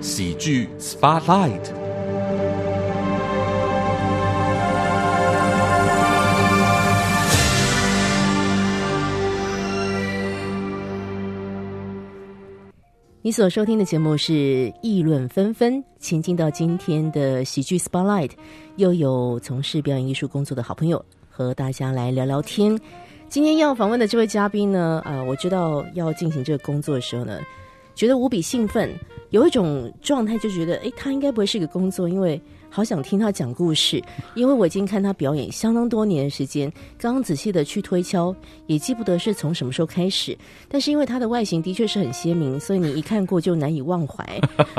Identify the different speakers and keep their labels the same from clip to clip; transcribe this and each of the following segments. Speaker 1: 喜剧 Spotlight。
Speaker 2: 你所收听的节目是议论纷纷。前进到今天的喜剧 Spotlight，又有从事表演艺术工作的好朋友和大家来聊聊天。今天要访问的这位嘉宾呢，啊、我知道要进行这个工作的时候呢，觉得无比兴奋，有一种状态就觉得，诶，他应该不会是个工作，因为好想听他讲故事，因为我已经看他表演相当多年的时间，刚刚仔细的去推敲，也记不得是从什么时候开始，但是因为它的外形的确是很鲜明，所以你一看过就难以忘怀。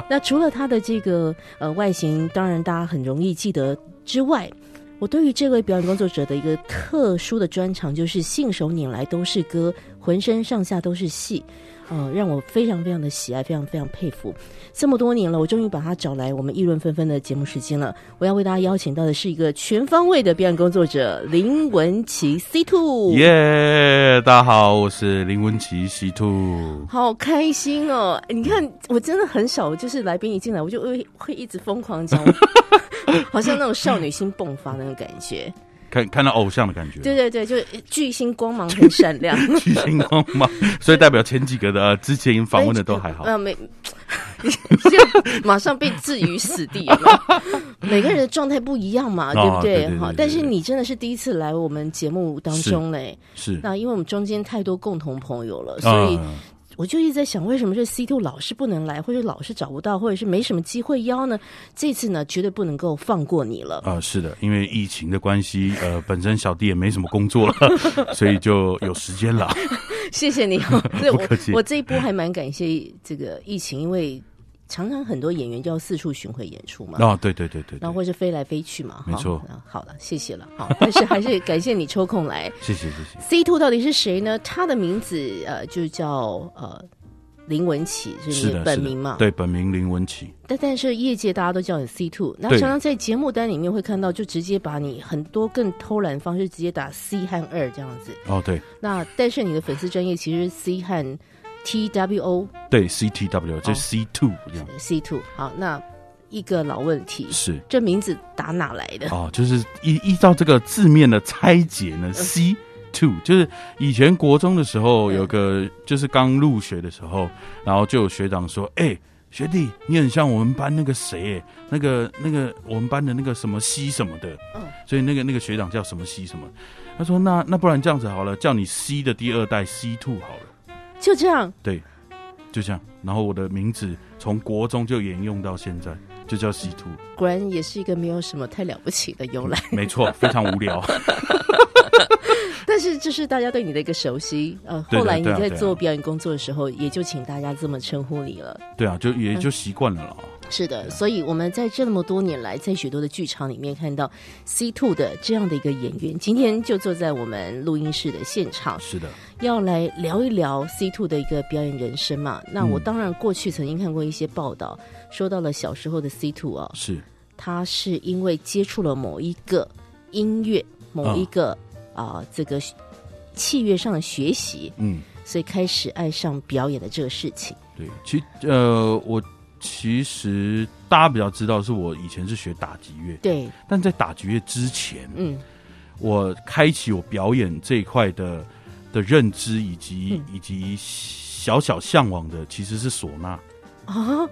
Speaker 2: 那除了它的这个呃外形，当然大家很容易记得之外，我对于这位表演工作者的一个特殊的专长就是信手拈来都是歌，浑身上下都是戏，呃，让我非常非常的喜爱，非常非常佩服。这么多年了，我终于把他找来我们议论纷纷的节目时间了。我要为大家邀请到的是一个全方位的表演工作者林文琪 C Two。
Speaker 1: 耶、大家好，我是林文琪西兔。
Speaker 2: 好开 心哦！你看，我真的很少，就是来宾一进来，我就会会一直疯 狂讲，好像那种少女心迸发的那种感觉。
Speaker 1: 看看到偶像的感觉，
Speaker 2: 对对对，就是巨星光芒很闪亮。
Speaker 1: 巨星光 芒，所以代表前几个的、呃、之前 访问的都还好。
Speaker 2: 呃，没，就马上被置于死地。有没 有每个人的状态不一样嘛，
Speaker 1: 哦
Speaker 2: 对不
Speaker 1: 对对对
Speaker 2: 好，
Speaker 1: 对
Speaker 2: 但是
Speaker 1: 对
Speaker 2: 你真的是第一次来我们节目当中嘞。
Speaker 1: 是，
Speaker 2: 那因为我们中间太多共同朋友了，所以
Speaker 1: 啊
Speaker 2: 我就一直在想，为什么这 C two 老是不能来，或者老是找不到，或者是没什么机会邀呢？这次呢，绝对不能够放过你了。
Speaker 1: 啊、是的，因为疫情的关系，呃，本身小弟也没什么工作了，所以就有时间 了。
Speaker 2: 谢谢你 哦，所以
Speaker 1: 不客气
Speaker 2: 我我这一波还蛮感谢这个疫情，因为常常很多演员就要四处巡回演出嘛。
Speaker 1: 哦，对对对对
Speaker 2: 然
Speaker 1: 对
Speaker 2: 后，或是飞来飞去嘛，哈
Speaker 1: 没错
Speaker 2: 啊好了，谢谢了，好，但是还是感谢你抽空来。
Speaker 1: 谢谢谢谢。
Speaker 2: C two 到底是谁呢？他的名字呃，就叫呃林文琪，是
Speaker 1: 是
Speaker 2: 你
Speaker 1: 的，
Speaker 2: 本
Speaker 1: 是的
Speaker 2: 名嘛？
Speaker 1: 对，本名林文琪。
Speaker 2: 但但是业界大家都叫你 C two，那
Speaker 1: 对
Speaker 2: 常常在节目单里面会看到，就直接把你很多更偷懒的方式直接打 C 和二这样子。
Speaker 1: 哦，对
Speaker 2: 那但是你的粉丝专业其实是 C 和 T W O
Speaker 1: 对，CTW 就
Speaker 2: 哦
Speaker 1: C two 这样。
Speaker 2: C two。好，那一个老问题，
Speaker 1: 是
Speaker 2: 这名字打哪来的？
Speaker 1: 哦，就是依依照这个字面的拆解呢，C two 就是以前国中的时候
Speaker 2: 嗯
Speaker 1: 有个，就是刚入学的时候，然后就有学长说，哎、学弟，你很像我们班那个谁、那个那个我们班的那个什么西什么的，
Speaker 2: 嗯
Speaker 1: 所以那个那个学长叫什么西什么，他说那那不然这样子好了，叫你 C 的第二代 C two 好了，
Speaker 2: 就这样，
Speaker 1: 就这样，然后我的名字从国中就沿用到现在，就叫 C two，
Speaker 2: 果然也是一个没有什么太了不起的由来。
Speaker 1: 没错，非常无聊。
Speaker 2: 但是这是大家对你的一个熟悉。呃，
Speaker 1: 对的
Speaker 2: 后来你
Speaker 1: 对啊
Speaker 2: 在
Speaker 1: 对啊
Speaker 2: 做表演工作的时候，也就请大家这么称呼你了。
Speaker 1: 对啊，就也就习惯了啦。
Speaker 2: 是的，所以我们在这么多年来，在许多的剧场里面看到 C two 的这样的一个演员，今天就坐在我们录音室的现场，
Speaker 1: 是的，
Speaker 2: 要来聊一聊 C two 的一个表演人生嘛。那我
Speaker 1: 嗯
Speaker 2: 当然过去曾经看过一些报道，说到了小时候的 C two 啊，
Speaker 1: 是
Speaker 2: 他是因为接触了某一个音乐，某
Speaker 1: 嗯
Speaker 2: 一个啊、这个器乐上的学习，
Speaker 1: 嗯，
Speaker 2: 所以开始爱上表演的这个事情。
Speaker 1: 对。其呃，我其实大家比较知道，是我以前是学打击乐，
Speaker 2: 对，
Speaker 1: 但在打击乐之前，
Speaker 2: 嗯，
Speaker 1: 我开启我表演这一块的的认知，以及、
Speaker 2: 嗯
Speaker 1: 以及小小向往的，其实是唢呐。
Speaker 2: 啊，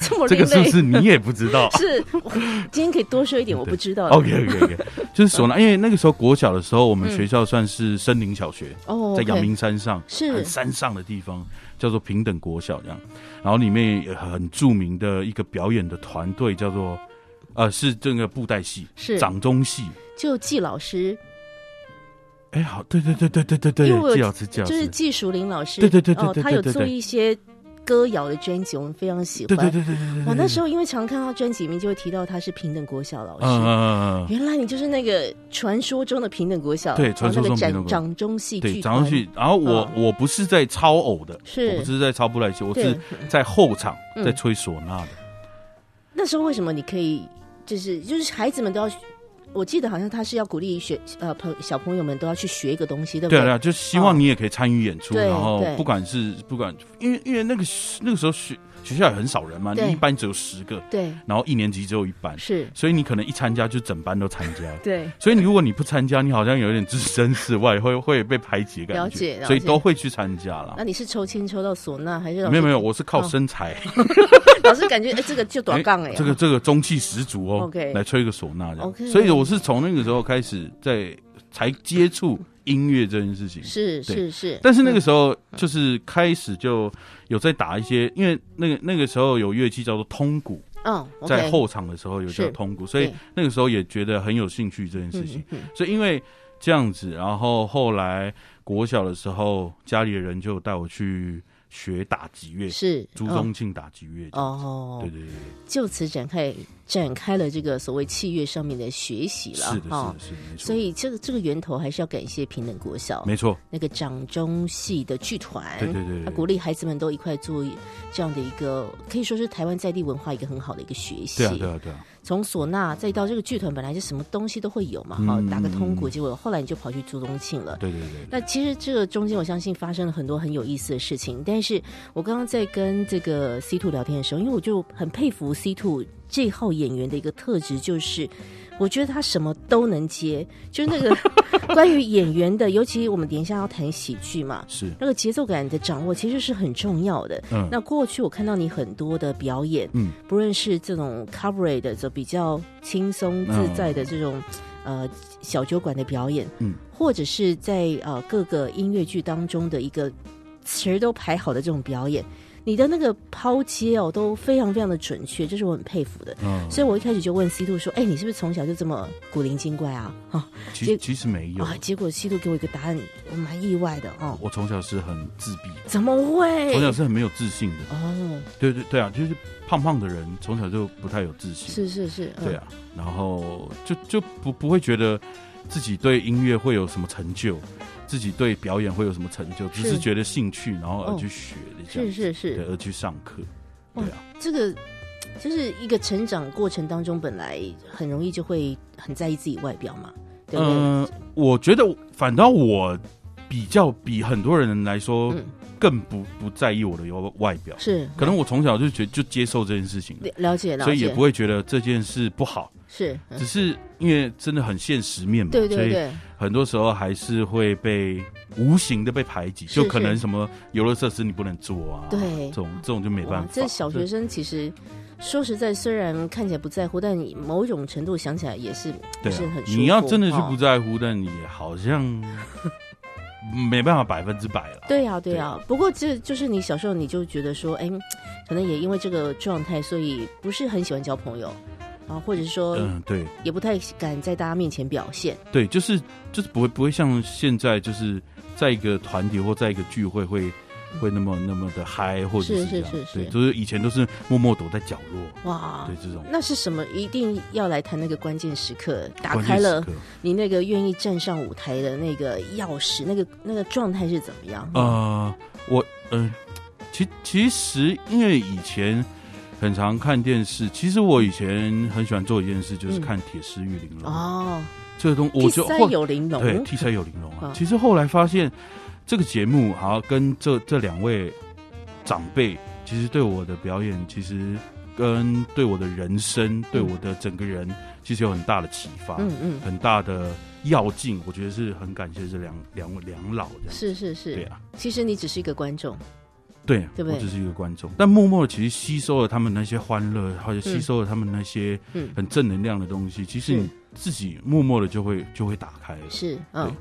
Speaker 2: 这这么
Speaker 1: 这
Speaker 2: 另
Speaker 1: 个是
Speaker 2: 哦类？
Speaker 1: 不是你也不知道
Speaker 2: 是我今天可以多说一点，我不知道
Speaker 1: 嗯
Speaker 2: 的。
Speaker 1: OK OK OK，就是唢呐，因为那个时候国小的时候，我们
Speaker 2: 嗯
Speaker 1: 学校算是森林小学，
Speaker 2: 哦，
Speaker 1: 在
Speaker 2: OK
Speaker 1: 阳明山上，
Speaker 2: 是
Speaker 1: 很山上的地方，叫做平等国小这样。然后里面有很著名的一个表演的团队叫做，呃，是这个布袋戏，
Speaker 2: 是
Speaker 1: 掌中戏。
Speaker 2: 就季老师，
Speaker 1: 哎，好，对对对对对对对，
Speaker 2: 因为我有
Speaker 1: 季老师，季老
Speaker 2: 就是
Speaker 1: 师，
Speaker 2: 季淑玲老师，
Speaker 1: 对对对对
Speaker 2: 哦，
Speaker 1: 对
Speaker 2: 他
Speaker 1: 对
Speaker 2: 有
Speaker 1: 对
Speaker 2: 做
Speaker 1: 对
Speaker 2: 一些歌谣的专辑，我们非常喜
Speaker 1: 对对
Speaker 2: 欢。哦
Speaker 1: 对对对对。
Speaker 2: 我那时
Speaker 1: 候，
Speaker 2: 候因为常看到专辑里面就会提到他是平等国小老师，
Speaker 1: 嗯嗯嗯嗯嗯，
Speaker 2: 原来你就是那个传说中的平等国小，
Speaker 1: 对
Speaker 2: 哦
Speaker 1: 传说中
Speaker 2: 那个
Speaker 1: 平等
Speaker 2: 掌
Speaker 1: 国
Speaker 2: 掌中戏剧
Speaker 1: 对，
Speaker 2: 团
Speaker 1: 掌中戏。然后我我不是在抄偶的，
Speaker 2: 嗯是
Speaker 1: 我不是在抄布袋戏，我
Speaker 2: 对
Speaker 1: 是在后场
Speaker 2: 嗯
Speaker 1: 在吹唢呐的。
Speaker 2: 那时候为什么你可以，就是就是孩子们都要我记得好像他是要鼓励学呃朋小朋友们都要去学一个东西，对不
Speaker 1: 对
Speaker 2: 对？哦
Speaker 1: 啊，对啊，就希望你也可以参与演出，
Speaker 2: 对
Speaker 1: 然后
Speaker 2: 对
Speaker 1: 不管是不管，因为因为那个时那个时候学学校也很少人嘛，
Speaker 2: 对
Speaker 1: 你一班只有十个，
Speaker 2: 对
Speaker 1: 然后一年级只有一班，
Speaker 2: 是，
Speaker 1: 所以你可能一参加就整班都参加。
Speaker 2: 对
Speaker 1: 所以如果你不参加，你好像有点置身事外，会会被排挤的感觉，
Speaker 2: 了解了解
Speaker 1: 所以都会去参加啦
Speaker 2: 那。你是抽签抽到唢呐还是老师
Speaker 1: 啊没有没有，我是靠
Speaker 2: 哦
Speaker 1: 身材，
Speaker 2: 老师感觉哎、这个就短杠哎、
Speaker 1: 啊这个这个中气十足哦
Speaker 2: OK
Speaker 1: 来吹个唢呐这样
Speaker 2: OK
Speaker 1: 所以我是从那个时候开始在才接触音乐这件事情。
Speaker 2: 是
Speaker 1: 对
Speaker 2: 是是，
Speaker 1: 但是那个时候
Speaker 2: 嗯
Speaker 1: 就是开始就有在打一些，因为那个那个时候有乐器叫做通鼓，
Speaker 2: 嗯，嗯
Speaker 1: 在
Speaker 2: OK，
Speaker 1: 后场的时候有叫
Speaker 2: 是
Speaker 1: 通鼓，所以
Speaker 2: 对
Speaker 1: 那个时候也觉得很有兴趣这件事
Speaker 2: 嗯
Speaker 1: 情。
Speaker 2: 嗯嗯
Speaker 1: 所以因为这样子，然后后来国小的时候，家里的人就带我去学打击乐，
Speaker 2: 是
Speaker 1: 朱
Speaker 2: 嗯
Speaker 1: 宗庆打击乐。哦，
Speaker 2: 哦，
Speaker 1: 对对对对，
Speaker 2: 就此展开展开了这个所谓器乐上面的学习了
Speaker 1: 是的，是
Speaker 2: 哦
Speaker 1: 的，是的，没错。
Speaker 2: 所以哦这个这个源头还是要感谢平等国小
Speaker 1: 没错，
Speaker 2: 那个掌中戏的剧团，
Speaker 1: 对对对对
Speaker 2: 他鼓励孩子们都一块做这样的一个，可以说是台湾在地文化一个很好的一个学习。
Speaker 1: 对啊，对啊，对啊，
Speaker 2: 从唢呐再到这个剧团，本来是什么东西都会有嘛，哈、
Speaker 1: 嗯
Speaker 2: 打个通鼓，结果后来你就跑去朱宗庆了。
Speaker 1: 对对对对。
Speaker 2: 那其实这个中间，我相信发生了很多很有意思的事情。但是我刚刚在跟这个 C two 聊天的时候，因为我就很佩服 C two 这号演员的一个特质，就是我觉得他什么都能接，就是那个 关于演员的，尤其我们等一下要谈喜剧嘛，
Speaker 1: 是，
Speaker 2: 那个节奏感的掌握其实是很重要的。
Speaker 1: 嗯
Speaker 2: 那过去我看到你很多的表演，
Speaker 1: 嗯，
Speaker 2: 不论是这种 cover 的，就比较轻松自在的这种、呃小酒馆的表演，
Speaker 1: 嗯，
Speaker 2: 或者是在呃各个音乐剧当中的一个词儿都排好的这种表演，你的那个抛接哦都非常非常的准确，这是我很佩服的。
Speaker 1: 嗯，
Speaker 2: 所以我一开始就问西渡说：“哎，你是不是从小就这么古灵精怪啊？”哈、
Speaker 1: 其
Speaker 2: 这
Speaker 1: 实其实没有
Speaker 2: 啊，，结果西渡给我一个答案，我蛮意外的哦。
Speaker 1: 我从小是很自闭，
Speaker 2: 怎么会？
Speaker 1: 从小是很没有自信的。
Speaker 2: 哦，
Speaker 1: 对对对啊，就是胖胖的人从小就不太有自信。
Speaker 2: 是是是，嗯
Speaker 1: 对，啊，然后就就不不会觉得自己对音乐会有什么成就，自己对表演会有什么成就，只
Speaker 2: 是哦
Speaker 1: 是觉得兴趣，然后而去学的这样子，
Speaker 2: 是是
Speaker 1: 对，
Speaker 2: 是，
Speaker 1: 而去上课，
Speaker 2: 哇
Speaker 1: 对啊，
Speaker 2: 这个就是一个成长过程当中，本来很容易就会很在意自己外表嘛，对不对？
Speaker 1: 嗯、我觉得反倒我比较比很多人来说
Speaker 2: 嗯
Speaker 1: 更不不在意我的外表，
Speaker 2: 是
Speaker 1: 可能我从小就觉就接受这件事情了。
Speaker 2: 了了解了解，
Speaker 1: 所以也不会觉得这件事不好，
Speaker 2: 是，嗯
Speaker 1: 只是因为真的很现实面嘛，
Speaker 2: 对
Speaker 1: 所
Speaker 2: 对
Speaker 1: 以
Speaker 2: 对，
Speaker 1: 很多时候还是会被无形的被排挤，
Speaker 2: 是
Speaker 1: 就可能什么游乐设施你不能做啊，
Speaker 2: 对
Speaker 1: 这种这种就没办
Speaker 2: 哇
Speaker 1: 法，。
Speaker 2: 这小学生其实。说实在，虽然看起来不在乎，但你某种程度想起来也是
Speaker 1: 对
Speaker 2: 是
Speaker 1: 啊
Speaker 2: 很，舒服
Speaker 1: 你要真的去
Speaker 2: 哦
Speaker 1: 不在乎，但也好 像没办法百分之百了。
Speaker 2: 对呀、对呀、不过这就是你小时候你就觉得说，哎，可能也因为这个状态，所以不是很喜欢交朋友，啊，或者是说、
Speaker 1: 嗯，对
Speaker 2: 也不太敢在大家面前表现。
Speaker 1: 对，就是就是不会不会像现在就是在一个团体或在一个聚会会。会那么那么的嗨，或者
Speaker 2: 嗯是
Speaker 1: 这样，
Speaker 2: 是是
Speaker 1: 对，
Speaker 2: 是
Speaker 1: 就是以前都是默默躲在角落，
Speaker 2: 哇
Speaker 1: 对，这种
Speaker 2: 那是什么？一定要来谈那个关键时刻，打
Speaker 1: 关
Speaker 2: 开
Speaker 1: 键时
Speaker 2: 了
Speaker 1: 刻。
Speaker 2: 你那个愿意站上舞台的那个钥匙，那个那个状态是怎么样？
Speaker 1: 呃，我嗯、其其实因为以前很常看电视，其实我以前很喜欢做一件事，就是
Speaker 2: 嗯
Speaker 1: 看《铁丝玉玲珑》
Speaker 2: 哦，
Speaker 1: 这个东，我
Speaker 2: 第
Speaker 1: 就
Speaker 2: 三
Speaker 1: 后
Speaker 2: 有玲珑，哦
Speaker 1: 对替身有玲珑啊。
Speaker 2: 嗯
Speaker 1: 其实后来发现这个节目好像跟这这两位长辈，其实对我的表演，其实跟对我的人生，对我的整个人，其实有很大的启发，
Speaker 2: 嗯嗯，
Speaker 1: 很大的要劲。我觉得是很感谢这两两位两老这样。
Speaker 2: 是
Speaker 1: 对
Speaker 2: 是是。
Speaker 1: 啊。
Speaker 2: 其实你只是一个观众，
Speaker 1: 对，
Speaker 2: 对不对
Speaker 1: 我只是一个观众，但默默的其实吸收了他们那些欢乐，或者吸收了他们那些
Speaker 2: 嗯
Speaker 1: 很正能量的东西。其实
Speaker 2: 是
Speaker 1: 你自己默默的就会就会打开了。
Speaker 2: 是嗯。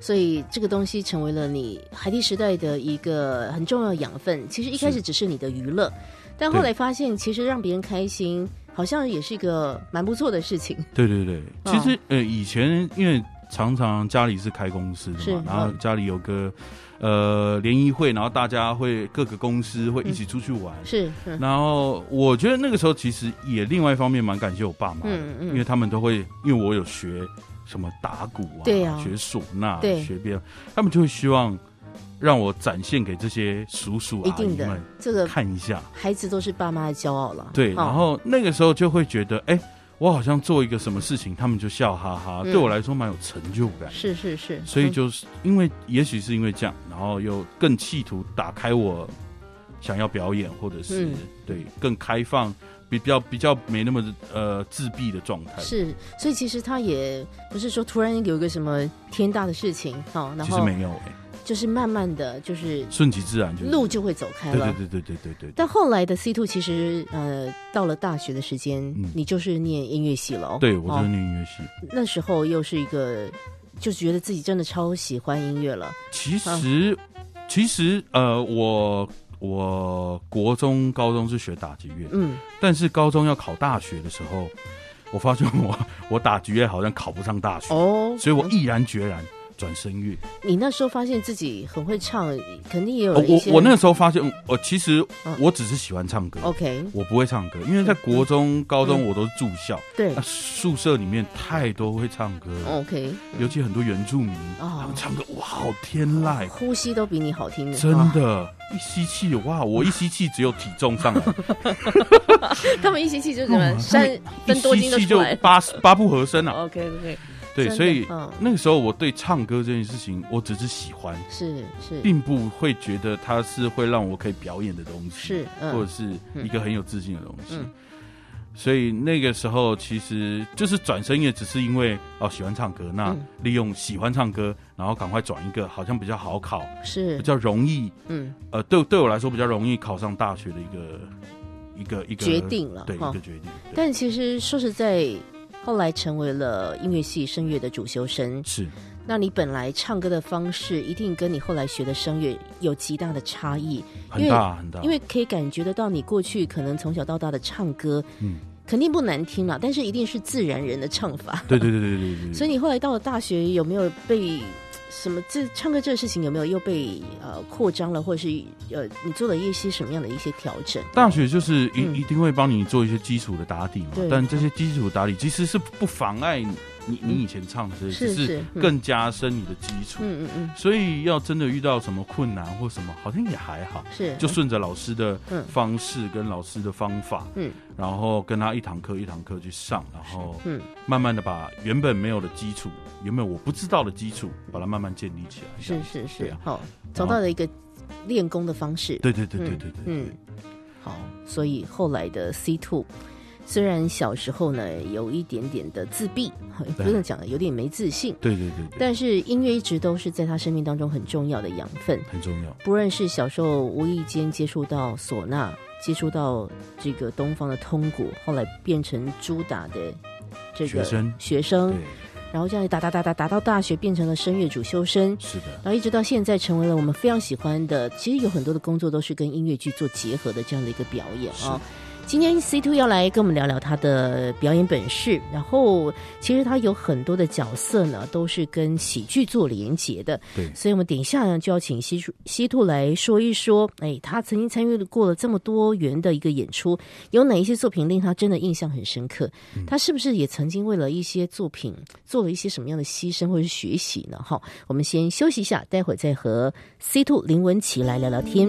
Speaker 2: 所以这个东西成为了你海地时代的一个很重要的养分。其实一开始
Speaker 1: 是
Speaker 2: 只是你的娱乐，但后来发现，其实让别人开心，好像也是一个蛮不错的事情。
Speaker 1: 对对对，
Speaker 2: 哦
Speaker 1: 其实呃，以前因为常常家里是开公司
Speaker 2: 是
Speaker 1: 的嘛，然后
Speaker 2: 嗯
Speaker 1: 家里有个呃联谊会，然后大家会各个公司会一起出去玩。
Speaker 2: 是，嗯
Speaker 1: 然后我觉得那个时候其实也另外一方面蛮感谢我爸妈的，
Speaker 2: 嗯
Speaker 1: 因
Speaker 2: 嗯，
Speaker 1: 为他们都会，因为我有学什么打鼓啊，
Speaker 2: 对啊
Speaker 1: 学唢呐、
Speaker 2: 对
Speaker 1: 学别，他们就会希望让我展现给这些叔叔
Speaker 2: 一
Speaker 1: 阿
Speaker 2: 定
Speaker 1: 姨
Speaker 2: 的
Speaker 1: 们，
Speaker 2: 这个
Speaker 1: 看一下。
Speaker 2: 孩子都是爸妈的骄傲了。
Speaker 1: 对，
Speaker 2: 哦
Speaker 1: 然后那个时候就会觉得，哎、我好像做一个什么事情，他们就笑哈哈，
Speaker 2: 嗯
Speaker 1: 对我来说蛮有成就感。
Speaker 2: 是嗯是是，
Speaker 1: 所以就是因为，也许是因为这样，然后又更企图打开我想要表演，或者是、
Speaker 2: 嗯
Speaker 1: 对更开放，比较比较没那么呃自闭的状态。
Speaker 2: 是，所以其实他也不是说突然有一个什么天大的事情，好，然
Speaker 1: 其实
Speaker 2: 后
Speaker 1: 没有、欸，
Speaker 2: 就是慢慢的就是
Speaker 1: 顺其自然就是
Speaker 2: 路就会走开
Speaker 1: 对
Speaker 2: 了
Speaker 1: 对。对对对对对对，
Speaker 2: 但后来的 C two 其实呃，到了大学的时间，
Speaker 1: 嗯
Speaker 2: 你就是念音乐系了哦。
Speaker 1: 对我就是
Speaker 2: 哦
Speaker 1: 念音乐系。
Speaker 2: 那时候又是一个，就觉得自己真的超喜欢音乐了。
Speaker 1: 其实，
Speaker 2: 嗯
Speaker 1: 其实呃，我我国中、高中是学打击乐，
Speaker 2: 嗯，
Speaker 1: 但是高中要考大学的时候，我发现我 我打击乐好像考不上大学，
Speaker 2: 哦，
Speaker 1: 所以我毅然决然转声乐。
Speaker 2: 你那时候发现自己很会唱，肯定也有
Speaker 1: 呃
Speaker 2: 一
Speaker 1: 我
Speaker 2: 些。
Speaker 1: 我那个时候发现，嗯我其实
Speaker 2: 嗯哦
Speaker 1: 我只是喜欢唱歌。
Speaker 2: OK，
Speaker 1: 我不会唱歌，因为在国中、高
Speaker 2: 嗯
Speaker 1: 中我都是住校，
Speaker 2: 对
Speaker 1: 那、宿舍里面太多会唱歌了，
Speaker 2: ，OK，
Speaker 1: 尤其很多原住民，
Speaker 2: 哦
Speaker 1: 他们唱歌哇，好天籁，
Speaker 2: 呼吸都比你好听的，
Speaker 1: 哎真
Speaker 2: 啊
Speaker 1: 的，一吸气哇，我一吸气只有体重上来，
Speaker 2: 他们一吸气就什
Speaker 1: 哦他
Speaker 2: 么
Speaker 1: 们
Speaker 2: 三
Speaker 1: 一
Speaker 2: 分多
Speaker 1: 吸
Speaker 2: 斤都
Speaker 1: 气
Speaker 2: 出
Speaker 1: 就
Speaker 2: 来了。 哦
Speaker 1: 八十八不合身啊。
Speaker 2: OK OK，
Speaker 1: 对，
Speaker 2: 真的
Speaker 1: 所以
Speaker 2: 嗯
Speaker 1: 那个时候我对唱歌这件事情，我只是喜欢，
Speaker 2: 是是
Speaker 1: 并不会觉得它是会让我可以表演的东西，
Speaker 2: 是，
Speaker 1: 或者
Speaker 2: 嗯
Speaker 1: 是一个很有自信的东西
Speaker 2: 嗯。
Speaker 1: 所以那个时候其实就是转身，也只是因为哦喜欢唱歌，那
Speaker 2: 嗯
Speaker 1: 利用喜欢唱歌，然后赶快转一个好像比较好考、比
Speaker 2: 是，
Speaker 1: 较容易
Speaker 2: 嗯，
Speaker 1: 呃，对对我来说比较容易考上大学的一个一个一个
Speaker 2: 决，定哦了
Speaker 1: 对一
Speaker 2: 哈
Speaker 1: 个。决定。对
Speaker 2: 但其实说实在，后来成为了音乐系声乐的主修生，
Speaker 1: 是
Speaker 2: 那你本来唱歌的方式一定跟你后来学的声乐有极大的差异，因
Speaker 1: 很
Speaker 2: 为
Speaker 1: 大很大，
Speaker 2: 因为可以感觉得到你过去可能从小到大的唱歌，
Speaker 1: 嗯
Speaker 2: 肯定不难听了，但是一定是自然人的唱法。
Speaker 1: 对对对对对对对，
Speaker 2: 所以
Speaker 1: 以
Speaker 2: 你后来到了大学，有没有被什么这唱歌这个事情有没有又被呃扩张了，或者是呃你做了一些什么样的一些调整？
Speaker 1: 大学就是
Speaker 2: 嗯
Speaker 1: 一一定会帮你做一些基础的打底嘛
Speaker 2: 对，嗯
Speaker 1: 但这些基础打底其实是不妨碍你你你以前唱的这些，
Speaker 2: 是
Speaker 1: 只
Speaker 2: 是嗯
Speaker 1: 更加深你的基础。
Speaker 2: 嗯嗯嗯，
Speaker 1: 所以要真的遇到什么困难或什么，好像也还好，
Speaker 2: 是
Speaker 1: 就顺着老师的
Speaker 2: 嗯
Speaker 1: 方式跟老师的方法，
Speaker 2: 嗯，
Speaker 1: 然后跟他一堂课一堂课去上，然后
Speaker 2: 嗯
Speaker 1: 慢慢的把原本没有的基础，原本我不知道的基础，把它慢慢建立起来。这
Speaker 2: 是
Speaker 1: 样
Speaker 2: 是
Speaker 1: 对
Speaker 2: 是
Speaker 1: 啊，
Speaker 2: 好，找到了一个练功的方式。
Speaker 1: 对对对对对对，
Speaker 2: 嗯，好，所以后来的 C two。虽然小时候呢有一点点的自闭，哎不能讲了，有点没自信，
Speaker 1: 对对对对，
Speaker 2: 但是音乐一直都是在他生命当中很重要的养分。
Speaker 1: 很重要。
Speaker 2: 不论是小时候无意间接触到唢呐，接触到这个东方的通鼓，后来变成主打的这
Speaker 1: 学
Speaker 2: 个
Speaker 1: 生
Speaker 2: 学
Speaker 1: 对
Speaker 2: 生，，然后这样打打打打打到大学变成了声乐主修生，
Speaker 1: 是的，
Speaker 2: 然后一直到现在成为了我们非常喜欢的，其实有很多的工作都是跟音乐剧做结合的这样的一个表演啊、今天 C Two 要来跟我们聊聊他的表演本事，然后其实他有很多的角色呢，都是跟喜剧做连结的，
Speaker 1: 对
Speaker 2: 所以我们等一下呢就要请西西兔来说一说，哎，他曾经参与过了这么多元的一个演出，有哪一些作品令他真的印象很深刻？他是不是也曾经为了一些作品做了一些什么样的牺牲或者学习呢？哈，我们先休息一下，待会儿再和 C Two 林文琪来聊聊天。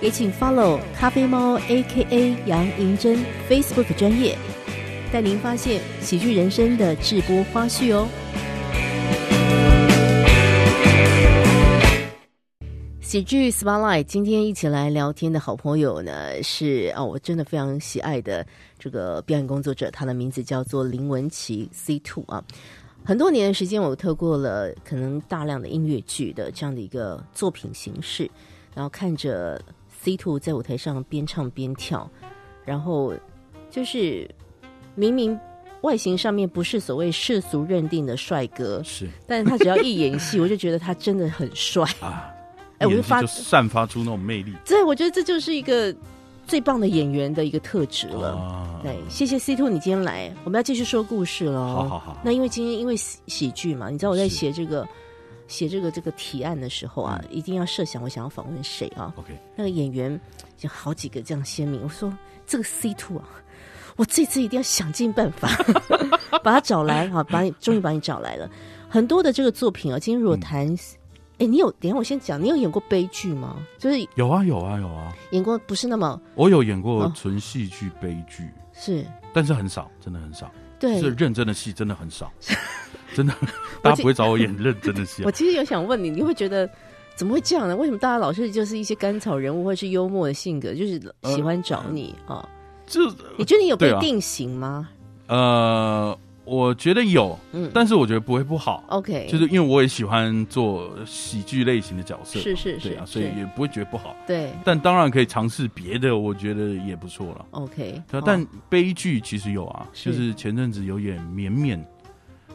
Speaker 2: 也请 follow 咖啡猫 A.K.A 杨银珍 Facebook 专业，带您发现喜剧人生的直播花絮哦。喜剧 Spotlight 今天一起来聊天的好朋友呢，是啊、我真的非常喜爱的这个表演工作者，他的名字叫做林文琪 C Two 啊。很多年的时间，我透过了可能大量的音乐剧的这样的一个作品形式，然后看着 C Two 在舞台上边唱边跳，然后就是明明外形上面不是所谓世俗认定的帅哥，
Speaker 1: 是
Speaker 2: 但是他只要一演 戏，我就觉得他真的很帅。
Speaker 1: 啊，
Speaker 2: 哎我就
Speaker 1: 演技
Speaker 2: 发
Speaker 1: 就散发出那种魅力，
Speaker 2: 对，我觉得这就是一个最棒的演员的一个特质了。
Speaker 1: 啊，
Speaker 2: 对，谢谢 C Two，你今天来，我们要继续说故事喽。
Speaker 1: 好好好，
Speaker 2: 那因为今天因为喜喜剧嘛，你知道我在
Speaker 1: 是
Speaker 2: 写这个写这个这个提案的时候啊，
Speaker 1: 嗯
Speaker 2: 一定要设想我想要访问谁啊。
Speaker 1: OK，
Speaker 2: 那个演员有好几个这样鲜明，我说这个 C two 啊，我这次一定要想尽办法 把他找来哈，把你终于把你找来了。很多的这个作品啊，今天如果谈，哎、你有等一下我先讲，你有演过悲剧吗？就是
Speaker 1: 有啊有啊有啊，
Speaker 2: 演过不是那么
Speaker 1: 我有演过
Speaker 2: 哦
Speaker 1: 纯戏剧悲剧，
Speaker 2: 是
Speaker 1: 但是很少，真的很少，
Speaker 2: 对
Speaker 1: 是。认真的戏真的很少，真的，大家不会找我演认真的戏啊
Speaker 2: 我。其实有想问你，你会觉得怎么会这样呢？为什么大家老是就是一些甘草人物或是幽默的性格，就是喜欢找你啊、
Speaker 1: 这
Speaker 2: 你觉得你有被
Speaker 1: 呃对啊
Speaker 2: 定型吗、
Speaker 1: 呃，我觉得有，
Speaker 2: 嗯哦
Speaker 1: 但是我觉得不会不好，
Speaker 2: o k
Speaker 1: 就是因为我也喜欢做喜剧类型的角色嘛，
Speaker 2: 是是是
Speaker 1: 对啊，所以
Speaker 2: 是
Speaker 1: 也不会觉得不好。
Speaker 2: 对
Speaker 1: 但当然可以尝试别的，我觉得也不错了。
Speaker 2: OK，
Speaker 1: 对啊
Speaker 2: 好
Speaker 1: 但悲剧其实有啊，
Speaker 2: 哦是
Speaker 1: 就是前阵子有演绵绵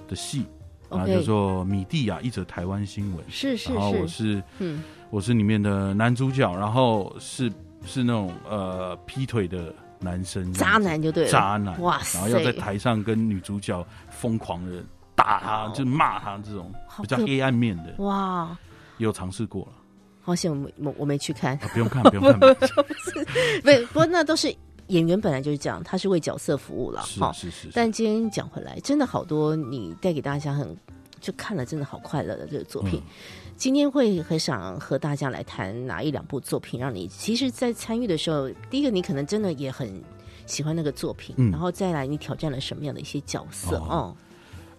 Speaker 1: 的戏啊，
Speaker 2: 哦 OK
Speaker 1: 叫做《米蒂亚》，一则台湾新闻。
Speaker 2: 是是
Speaker 1: 然后我
Speaker 2: 是，
Speaker 1: 是
Speaker 2: 嗯，
Speaker 1: 我是里面的男主角，然后是是那种呃劈腿的男生，
Speaker 2: 渣男就对了，
Speaker 1: 渣男，
Speaker 2: 哇
Speaker 1: 然后要在
Speaker 2: 塞，
Speaker 1: 台上跟女主角疯狂的打她，就骂她这种
Speaker 2: 好
Speaker 1: 比较
Speaker 2: 可
Speaker 1: 黑暗面的，
Speaker 2: 哇，
Speaker 1: 也有尝试过了。
Speaker 2: 好险我没我我没去 看，
Speaker 1: 啊不用看，不用看，不用 看
Speaker 2: 不不过那都是演员本来就是这样，他是为角色服务了
Speaker 1: 是
Speaker 2: 哈。
Speaker 1: 是是，是
Speaker 2: 但今天讲回来，真的好多你带给大家很就看了真的好快乐的这个作品。
Speaker 1: 嗯
Speaker 2: 今天会很想和大家来谈哪一两部作品，让你其实，在参与的时候，第一个你可能真的也很喜欢那个作品，
Speaker 1: 嗯
Speaker 2: 然后再来你挑战了什么样的一些角色哦
Speaker 1: 哦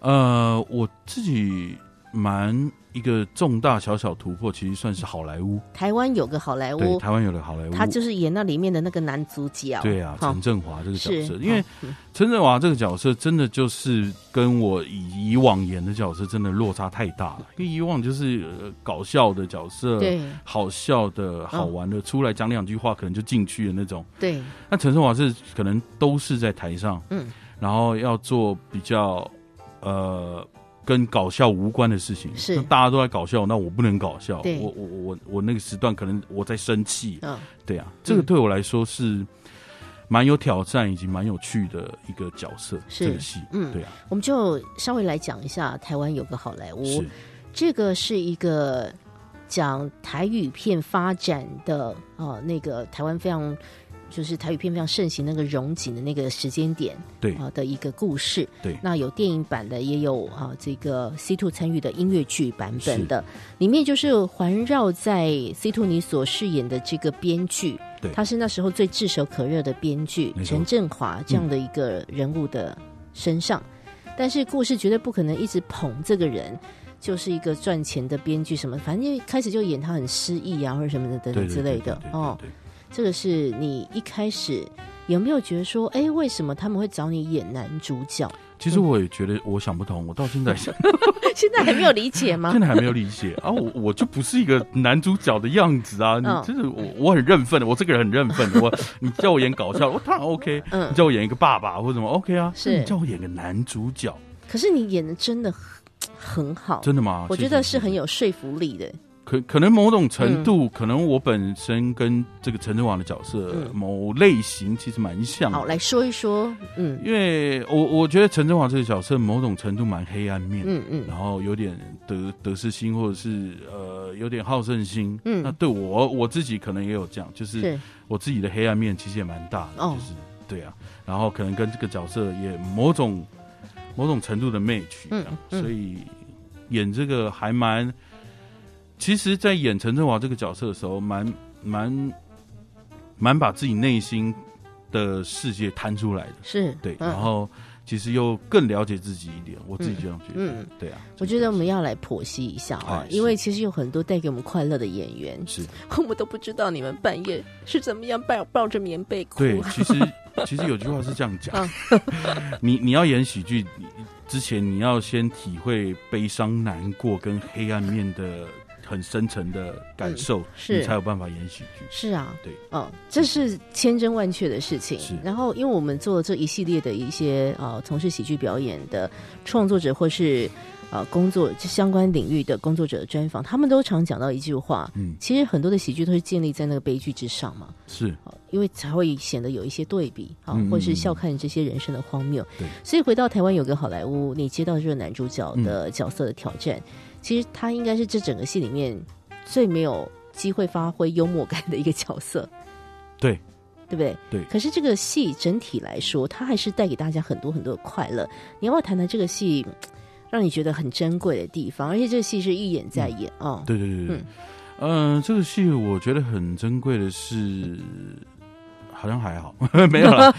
Speaker 1: 呃，我自己蛮一个重大小小突破，其实算是好莱坞，
Speaker 2: 台湾有个好莱
Speaker 1: 对，
Speaker 2: 坞，
Speaker 1: 台湾有了好莱坞，
Speaker 2: 他就是演那里面的那个男主角，
Speaker 1: 嗯对啊，
Speaker 2: 哈
Speaker 1: 陈振华这个角
Speaker 2: 是
Speaker 1: 色，因为
Speaker 2: 哈嗯
Speaker 1: 陈振华这个角色真的就是跟我以以往演的角色真的落差太大了，因为以往就是、呃搞笑的角色，
Speaker 2: 对
Speaker 1: 好笑的、好玩的，出来讲两句话可能就进去的那种。
Speaker 2: 对
Speaker 1: 那陈胜华是可能都是在台上，
Speaker 2: 嗯，
Speaker 1: 然后要做比较呃跟搞笑无关的事情，
Speaker 2: 是
Speaker 1: 那大家都在搞笑，那我不能搞笑，
Speaker 2: 对
Speaker 1: 我我我我我那个时段可能我在生气，
Speaker 2: 嗯
Speaker 1: 对啊，这个对我来说是蛮有挑战以及蛮有趣的一个角色，
Speaker 2: 是
Speaker 1: 这个戏，
Speaker 2: 嗯
Speaker 1: 对啊，
Speaker 2: 我们就稍微来讲一下台湾有个好莱坞
Speaker 1: 是，
Speaker 2: 这个是一个讲台语片发展的呃，那个台湾非常就是台语片非常盛行那个荣景的那个时间点，
Speaker 1: 对
Speaker 2: 啊、的一个故事。
Speaker 1: 对
Speaker 2: 那有电影版的，也有啊、这个 C two 参与的音乐剧版本的，里面就是环绕在 C two 你所饰演的这个编剧。
Speaker 1: 对
Speaker 2: 他是那时候最炙手可热的编剧
Speaker 1: 没错
Speaker 2: 陈振华这样的一个人物的身上，但是故事绝对不可能一直捧这个人，就是一个赚钱的编剧什么，反正一开始就演他很失意啊，或者什么的等
Speaker 1: 对
Speaker 2: 等
Speaker 1: 对
Speaker 2: 之类
Speaker 1: 对
Speaker 2: 的
Speaker 1: 对对
Speaker 2: 哦。
Speaker 1: 对对
Speaker 2: 这个是你一开始有没有觉得说，哎，为什么他们会找你演男主角？
Speaker 1: 其实我也觉得我想不通，我到现在现
Speaker 2: 现在还没有理解吗？
Speaker 1: 在还没有理解啊，我我就不是一个男主角的样子啊，你
Speaker 2: 嗯
Speaker 1: 真的我我很认份的，我这个人很认份的，我你叫我演搞笑，我当然 OK，
Speaker 2: 嗯
Speaker 1: 你叫我演一个爸爸或什么 OK 啊，
Speaker 2: 是
Speaker 1: 你叫我演个男主角，
Speaker 2: 可是你演的真的很很好，
Speaker 1: 真的吗？
Speaker 2: 我觉
Speaker 1: 谢
Speaker 2: 得
Speaker 1: 谢
Speaker 2: 是很
Speaker 1: 谢谢
Speaker 2: 有说服力的。
Speaker 1: 可可能某种程度，可能我本身跟这个陈振华的角色、
Speaker 2: 嗯
Speaker 1: 某类型其实蛮像的
Speaker 2: 好，来说一说，嗯
Speaker 1: 因为我我觉得陈振华这个角色某种程度蛮黑暗面的，
Speaker 2: 嗯嗯，
Speaker 1: 然后有点得得失心，或者是呃有点好胜心。
Speaker 2: 嗯
Speaker 1: 那对我我自己可能也有这样，就是
Speaker 2: 是
Speaker 1: 我自己的黑暗面其实也蛮大的，
Speaker 2: 哦
Speaker 1: 就是对啊，然后可能跟这个角色也某种某种程度的 match，
Speaker 2: 嗯
Speaker 1: 这样、
Speaker 2: 嗯
Speaker 1: 所以演这个还蛮，其实，在演陈振华这个角色的时候，蛮蛮蛮把自己内心的世界摊出来的，
Speaker 2: 是，
Speaker 1: 对，
Speaker 2: 嗯
Speaker 1: 然后。其实又更了解自己一点，我自己这样觉得，
Speaker 2: 嗯嗯
Speaker 1: 对啊。
Speaker 2: 我觉得我们要来剖析一下啊、
Speaker 1: 哎是
Speaker 2: 因为其实有很多带给我们快乐的演员，
Speaker 1: 是
Speaker 2: 我们都不知道你们半夜是怎么样抱抱着棉被哭。
Speaker 1: 对，其实其实有句话是这样讲
Speaker 2: 嗯，
Speaker 1: 你你要演喜剧你之前，你要先体会悲伤、难过跟黑暗面的很深层的感受，
Speaker 2: 嗯是
Speaker 1: 你才有办法演喜剧。
Speaker 2: 是啊，
Speaker 1: 对，
Speaker 2: 哦，这是千真万确的事情
Speaker 1: 是。
Speaker 2: 然后，因为我们做这一系列的一些呃从事喜剧表演的创作者或是呃工作相关领域的工作者的专访，他们都常讲到一句话，
Speaker 1: 嗯，
Speaker 2: 其实很多的喜剧都是建立在那个悲剧之上嘛。
Speaker 1: 是
Speaker 2: 哦因为才会显得有一些对比啊，
Speaker 1: 嗯
Speaker 2: 或是笑看这些人生的荒谬。
Speaker 1: 对
Speaker 2: 所以回到台湾有个好莱坞，你接到这个男主角
Speaker 1: 嗯
Speaker 2: 的角色的挑战，其实他应该是这整个戏里面最没有机会发挥幽默感的一个角色，
Speaker 1: 对，
Speaker 2: 对不对？
Speaker 1: 对
Speaker 2: 可是这个戏整体来说，它还是带给大家很多很多的快乐。你要不要谈谈这个戏嗯让你觉得很珍贵的地方？而且这个戏是一演再演啊、哦
Speaker 1: 嗯对对对对，嗯、呃，这个戏我觉得很珍贵的是，好像还好， 没有 了。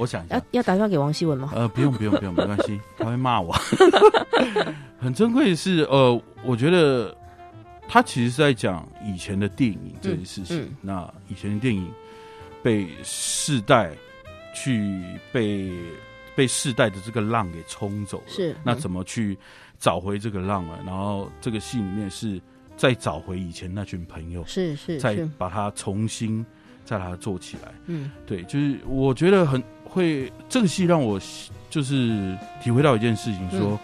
Speaker 1: 我想一下
Speaker 2: 要，要打电话给王希文吗？
Speaker 1: 呃，不用不用不用，没关系，他会骂 我。很珍贵的是，呃，我觉得他其实是在讲以前的电影这件事情。
Speaker 2: 嗯嗯
Speaker 1: 那以前的电影被世代去被被世代的这个浪给冲走了，
Speaker 2: 是
Speaker 1: 那
Speaker 2: 嗯
Speaker 1: 怎么去找回这个浪了？然后这个戏里面是再找回以前那群朋友，
Speaker 2: 是是
Speaker 1: 再
Speaker 2: 是，
Speaker 1: 把它重新再把它做起来。
Speaker 2: 嗯
Speaker 1: 对，就是我觉得很会这个戏让我就是体会到一件事情说，
Speaker 2: 嗯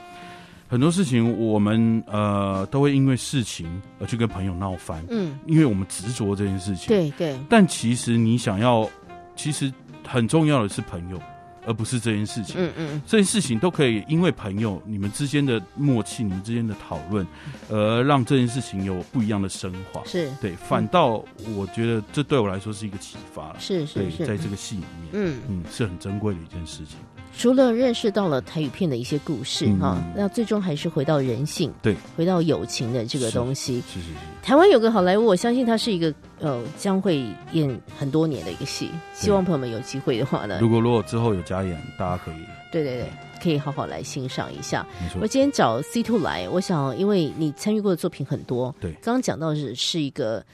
Speaker 1: 很多事情我们呃都会因为事情而去跟朋友闹翻，
Speaker 2: 嗯，
Speaker 1: 因为我们执着这件事情。，
Speaker 2: 对对。
Speaker 1: 但其实你想要，其实很重要的是朋友，而不是这件事情。
Speaker 2: 嗯嗯
Speaker 1: 这件事情都可以因为朋友你们之间的默契，你们之间的讨论，而让这件事情有不一样的升华
Speaker 2: 嗯，。是
Speaker 1: 对，反倒我觉得这对我来说是一个启发了。
Speaker 2: 是是
Speaker 1: 对，
Speaker 2: 是，
Speaker 1: 在这个戏里面，
Speaker 2: 嗯，
Speaker 1: 嗯，是很珍贵的一件事情。
Speaker 2: 除了认识到了台语片的一些故事
Speaker 1: 嗯
Speaker 2: 哈、那最终还是回到人性，
Speaker 1: 对，
Speaker 2: 回到友情的这个
Speaker 1: 是
Speaker 2: 东西。
Speaker 1: 是是是，
Speaker 2: 台湾有个好莱坞，我相信它是一个呃将会演很多年的一个戏，希望朋友们有机会的话呢，
Speaker 1: 呃如果如果之后有加演，大家可以，
Speaker 2: 对对对，可以好好来欣赏一下。
Speaker 1: 没错，
Speaker 2: 我今天找 C Two 来，我想因为你参与过的作品很多，
Speaker 1: 对
Speaker 2: 刚刚讲到的是是一个，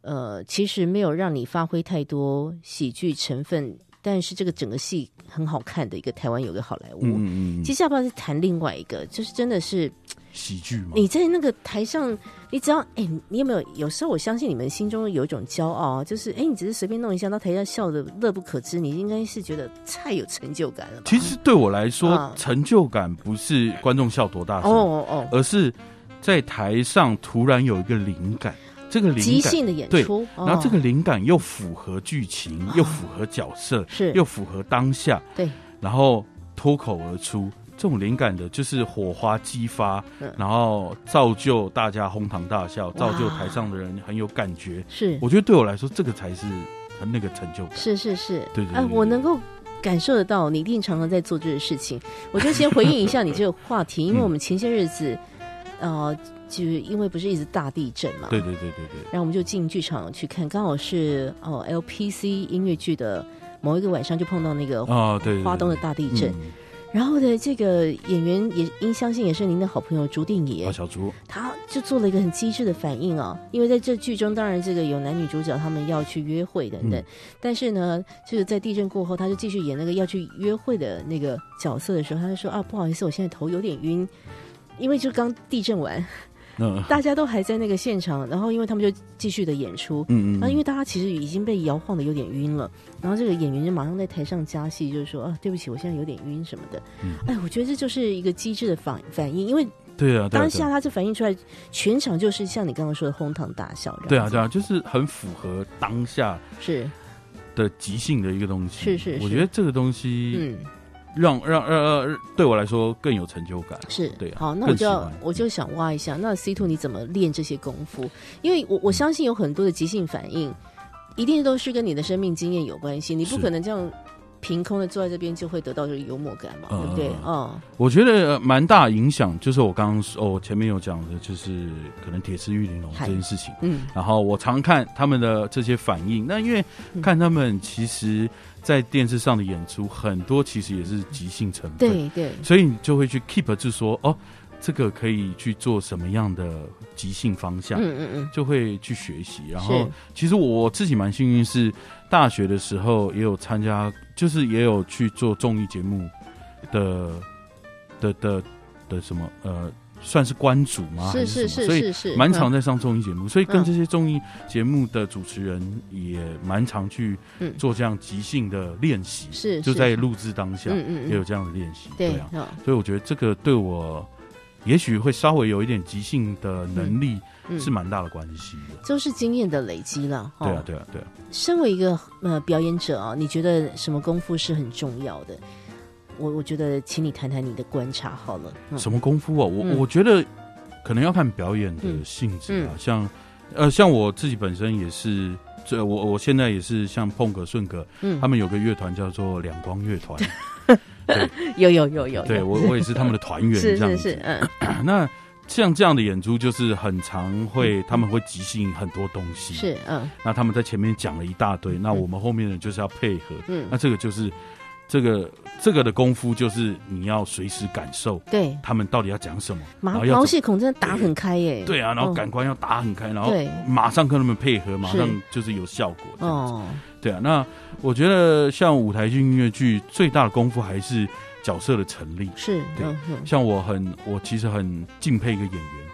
Speaker 2: 呃，其实没有让你发挥太多喜剧成分，但是这个整个戏很好看的一个台湾有个好莱坞。
Speaker 1: 嗯嗯嗯
Speaker 2: 接，下来要不要再谈另外一个，就是真的是
Speaker 1: 喜剧嘛，
Speaker 2: 你在那个台上，你只要哎、你有没有？有时候我相信你们心中有一种骄傲啊，就是哎、你只是随便弄一下，到台下笑的乐不可支，你应该是觉得太有成就感了吧？
Speaker 1: 其实对我来说
Speaker 2: 嗯，
Speaker 1: 成就感不啊是观众笑多大
Speaker 2: 哦
Speaker 1: 声，
Speaker 2: 哦哦，
Speaker 1: 而是在台上突然有一个灵感，这个
Speaker 2: 即
Speaker 1: 灵感，
Speaker 2: 兴的演
Speaker 1: 对
Speaker 2: 出，哦
Speaker 1: 然后这个灵感又符合剧情，又符合角色，
Speaker 2: 是
Speaker 1: 又符合当下，
Speaker 2: 对，
Speaker 1: 然后脱口而出。这种灵感的，就是火花激发，
Speaker 2: 嗯
Speaker 1: 然后造就大家哄堂大笑，造就台上的人很有感觉。
Speaker 2: 是
Speaker 1: 我觉得对我来说，这个才是很那个成就感。
Speaker 2: 是是是，
Speaker 1: 对对对
Speaker 2: 啊，
Speaker 1: 对
Speaker 2: 我能够感受得到，你一定常常在做这个事情。我就先回应一下你这个话题，
Speaker 1: 嗯
Speaker 2: 因为我们前些日子，呃，就因为不是一直大地震嘛，
Speaker 1: 对对对对对，
Speaker 2: 然后我们就进剧场去看，刚好是哦 LPC 音乐剧的某一个晚上就碰到那个
Speaker 1: 啊、对对对
Speaker 2: 哦花东的大地震，
Speaker 1: 嗯
Speaker 2: 然后呢，这个演员也因相信也是您的好朋友朱定
Speaker 1: 啊，
Speaker 2: 也，
Speaker 1: 小猪，
Speaker 2: 他就做了一个很机智的反应啊，因为在这剧中，当然这个有男女主角他们要去约会等等，
Speaker 1: 嗯
Speaker 2: 但是呢，就是在地震过后，他就继续演那个要去约会的那个角色的时候，他就说啊，不好意思，我现在头有点晕，因为就刚地震完，
Speaker 1: 嗯
Speaker 2: 大家都还在那个现场，然后因为他们就继续的演出。啊
Speaker 1: 嗯嗯，
Speaker 2: 那因为大家其实已经被摇晃的有点晕了，然后这个演员就马上在台上加戏，就是说啊，对不起，我现在有点晕什么的。
Speaker 1: 嗯
Speaker 2: 哎，我觉得这就是一个机智的反反应，因为
Speaker 1: 对啊，对啊
Speaker 2: 当下他就反映出来，全场就是像你刚刚说的哄堂大笑。
Speaker 1: 对啊对啊对啊，就是很符合当下
Speaker 2: 是，
Speaker 1: 的即兴的一个东西。
Speaker 2: 是是是
Speaker 1: 我觉得这个东西
Speaker 2: 嗯，
Speaker 1: 让、让让让对我来说更有成就感。
Speaker 2: 是，
Speaker 1: 对啊
Speaker 2: 好，那
Speaker 1: 更
Speaker 2: 我就
Speaker 1: 喜
Speaker 2: 要
Speaker 1: 欢
Speaker 2: 我就想挖一下，那 C two 你怎么练这些功夫？因为我我相信有很多的即兴反应，一定都是跟你的生命经验有关系，你不
Speaker 1: 是
Speaker 2: 可能这样凭空的坐在这边就会得到这个幽默感嘛，
Speaker 1: 嗯
Speaker 2: 对不对？哦，
Speaker 1: 我觉得呃蛮大影响，就是我刚刚说哦，我前面有讲的，就是可能铁丝玉玲珑
Speaker 2: 嗨
Speaker 1: 这件事情。
Speaker 2: 嗯，
Speaker 1: 然后我常看他们的这些反应，那因为
Speaker 2: 嗯
Speaker 1: 看他们其实，在电视上的演出很多其实也是即兴成分，，
Speaker 2: 对对，
Speaker 1: 所以你就会去 keep 住说哦，这个可以去做什么样的即兴方向，
Speaker 2: 嗯嗯嗯，
Speaker 1: 就会去学习。然后
Speaker 2: 是，
Speaker 1: 其实我自己蛮幸运，是大学的时候也有参加，就是也有去做综艺节目的的的的什么呃算是关主吗？还
Speaker 2: 是是
Speaker 1: 什么
Speaker 2: 是
Speaker 1: 所以
Speaker 2: 是是，
Speaker 1: 蛮
Speaker 2: 嗯
Speaker 1: 常在上综艺节目，所以
Speaker 2: 嗯
Speaker 1: 跟这些综艺节目的主持人也蛮常去
Speaker 2: 嗯
Speaker 1: 做这样即兴的练习，
Speaker 2: 是
Speaker 1: 就是在录制当下
Speaker 2: 嗯嗯
Speaker 1: 也
Speaker 2: 嗯，
Speaker 1: 有这样的练习，
Speaker 2: 对
Speaker 1: 啊，，
Speaker 2: 哦
Speaker 1: 所以我觉得这个对我也许会稍微有一点即兴的能力
Speaker 2: 嗯，
Speaker 1: 是蛮大的关系的，
Speaker 2: 都是经验的累积了。哦
Speaker 1: 对啊，对啊，对啊。
Speaker 2: 身为一个呃表演者啊，你觉得什么功夫是很重要的？我我觉得，请你谈谈你的观察好了。嗯
Speaker 1: 什么功夫啊？我、
Speaker 2: 嗯
Speaker 1: 我觉得可能要看表演的性质啊，像呃，像我自己本身也是。这我我现在也是像碰哥顺哥，
Speaker 2: 嗯
Speaker 1: 他们有个乐团叫做两光乐 团，
Speaker 2: 有有有有，
Speaker 1: 对
Speaker 2: 有
Speaker 1: 我我也是他们的团员
Speaker 2: 是
Speaker 1: 这样
Speaker 2: 是
Speaker 1: 子。
Speaker 2: 是，嗯
Speaker 1: 那像这样的演出，就是很常会他们会即兴很多东西，
Speaker 2: 嗯是嗯
Speaker 1: 那他们在前面讲了一大堆，那我们后面呢就是要配合，那
Speaker 2: 嗯，
Speaker 1: 这个就是这个这个的功夫，就是你要随时感受
Speaker 2: 对，
Speaker 1: 他们到底要讲什么，然
Speaker 2: 毛
Speaker 1: 后要
Speaker 2: 毛
Speaker 1: 怎么
Speaker 2: 细孔真的打很开耶。
Speaker 1: 对啊，然后
Speaker 2: 嗯
Speaker 1: 感官要打很开，然后
Speaker 2: 对
Speaker 1: 马上跟他们配合，马
Speaker 2: 是
Speaker 1: 上就是有效果。哦，
Speaker 2: 哦，
Speaker 1: 对啊，那我觉得像舞台剧音乐剧最大的功夫还是角色的成立。
Speaker 2: 是
Speaker 1: 对
Speaker 2: 嗯嗯，
Speaker 1: 像我很，我其实很敬佩一个演员，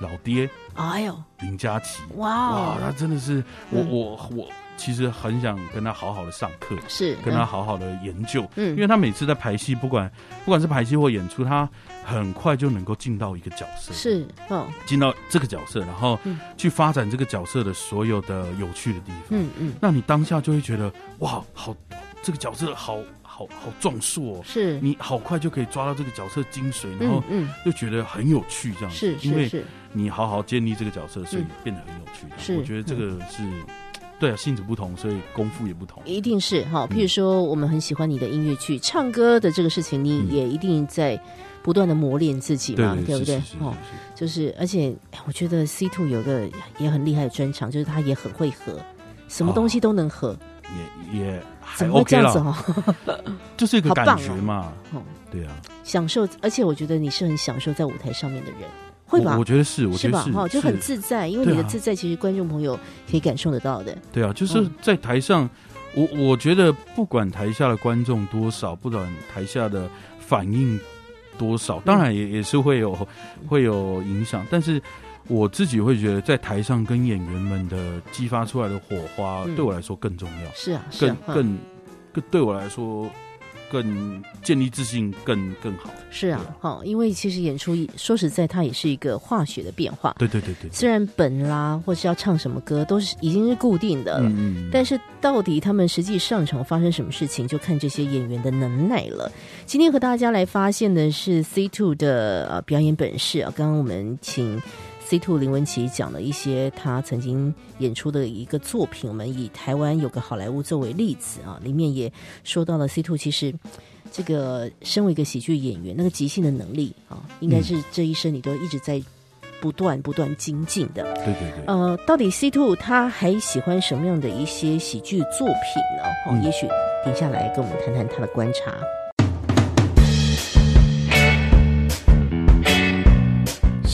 Speaker 1: 老爹
Speaker 2: 哎呦，
Speaker 1: 林佳琪，
Speaker 2: 哇
Speaker 1: 哇，他
Speaker 2: 哦，
Speaker 1: 真的是我
Speaker 2: 嗯
Speaker 1: 我我其实很想跟他好好的上课，
Speaker 2: 是
Speaker 1: 跟他好好的研究。
Speaker 2: 嗯
Speaker 1: 因为他每次在排戏，不管不管是排戏或演出，他很快就能够进到一个角色，
Speaker 2: 是哦，
Speaker 1: 进到这个角色，然后
Speaker 2: 嗯
Speaker 1: 去发展这个角色的所有的有趣的地方。
Speaker 2: 嗯嗯，
Speaker 1: 那你当下就会觉得哇，好，这个角色好好好壮硕、哦，
Speaker 2: 是
Speaker 1: 你好快就可以抓到这个角色精髓，然
Speaker 2: 嗯
Speaker 1: 后
Speaker 2: 嗯
Speaker 1: 就觉得很有趣这样子。
Speaker 2: 是
Speaker 1: 因
Speaker 2: 是
Speaker 1: 为
Speaker 2: 是
Speaker 1: 你好好建立这个角色，所以
Speaker 2: 嗯
Speaker 1: 变得很有趣这样。
Speaker 2: 是嗯
Speaker 1: 我觉得这个是。对啊，性质不同，所以功夫也不同。
Speaker 2: 一定是哈，譬如
Speaker 1: 嗯
Speaker 2: 说，我们很喜欢你的音乐剧、唱歌的这个事情，你
Speaker 1: 嗯
Speaker 2: 也一定在不断的磨练自己
Speaker 1: 对
Speaker 2: 嘛，
Speaker 1: 对
Speaker 2: 不对
Speaker 1: 是是是？
Speaker 2: 哦，
Speaker 1: 是
Speaker 2: 就是，而且哎我觉得 C two 有个也很厉害的专长，就是他也很会合，什么东西都能合，
Speaker 1: 也也还
Speaker 2: 怎么会这
Speaker 1: 哎 OK
Speaker 2: 样子
Speaker 1: 啦，
Speaker 2: 哈、
Speaker 1: 就是一个
Speaker 2: 好棒
Speaker 1: 感
Speaker 2: 哦
Speaker 1: 觉嘛。
Speaker 2: 哦
Speaker 1: 对啊，
Speaker 2: 享受，而且我觉得你是很享受在舞台上面的人，会吧
Speaker 1: 我我？觉得是，我
Speaker 2: 是
Speaker 1: 觉得
Speaker 2: 吧？
Speaker 1: 是
Speaker 2: 哈，就是很自在，因为
Speaker 1: 对
Speaker 2: 你
Speaker 1: 啊
Speaker 2: 的自在，其实观众朋友可以感受得到的。
Speaker 1: 对啊，就是
Speaker 2: 嗯
Speaker 1: 在台上，我我觉得不管台下的观众多少，不管台下的反应多少，当
Speaker 2: 嗯
Speaker 1: 然也也是会有会有影响，但是我自己会觉得，在台上跟演员们的激发出来的火花，
Speaker 2: 嗯
Speaker 1: 对我来说更重要，
Speaker 2: 是啊，是
Speaker 1: 更
Speaker 2: 啊，哈
Speaker 1: 更更对我来说更建立自信，更更好。
Speaker 2: 是啊，哈，因为其实演出说实在，它也是一个化学的变化。
Speaker 1: 对对对对，
Speaker 2: 虽然本啦，或是要唱什么歌，都是已经是固定的了，
Speaker 1: 嗯嗯，
Speaker 2: 但
Speaker 1: 是
Speaker 2: 是到底他们实际上场发生什么事情，就看这些演员的能耐了。今天和大家来发现的是 C two 的呃表演本事啊，刚刚我们请 C two 林文琪讲了一些他曾经演出的一个作品，我们以台湾有个好莱坞作为例子啊，里面也说到了 C two 其实。这个身为一个喜剧演员，那个即兴的能力啊，应该是这一生你都一直在不断不断精进的。
Speaker 1: 对对对，
Speaker 2: 呃，到底 C two 他还喜欢什么样的一些喜剧作品呢？哦，
Speaker 1: 嗯
Speaker 2: 也许停下来跟我们谈谈他的观察。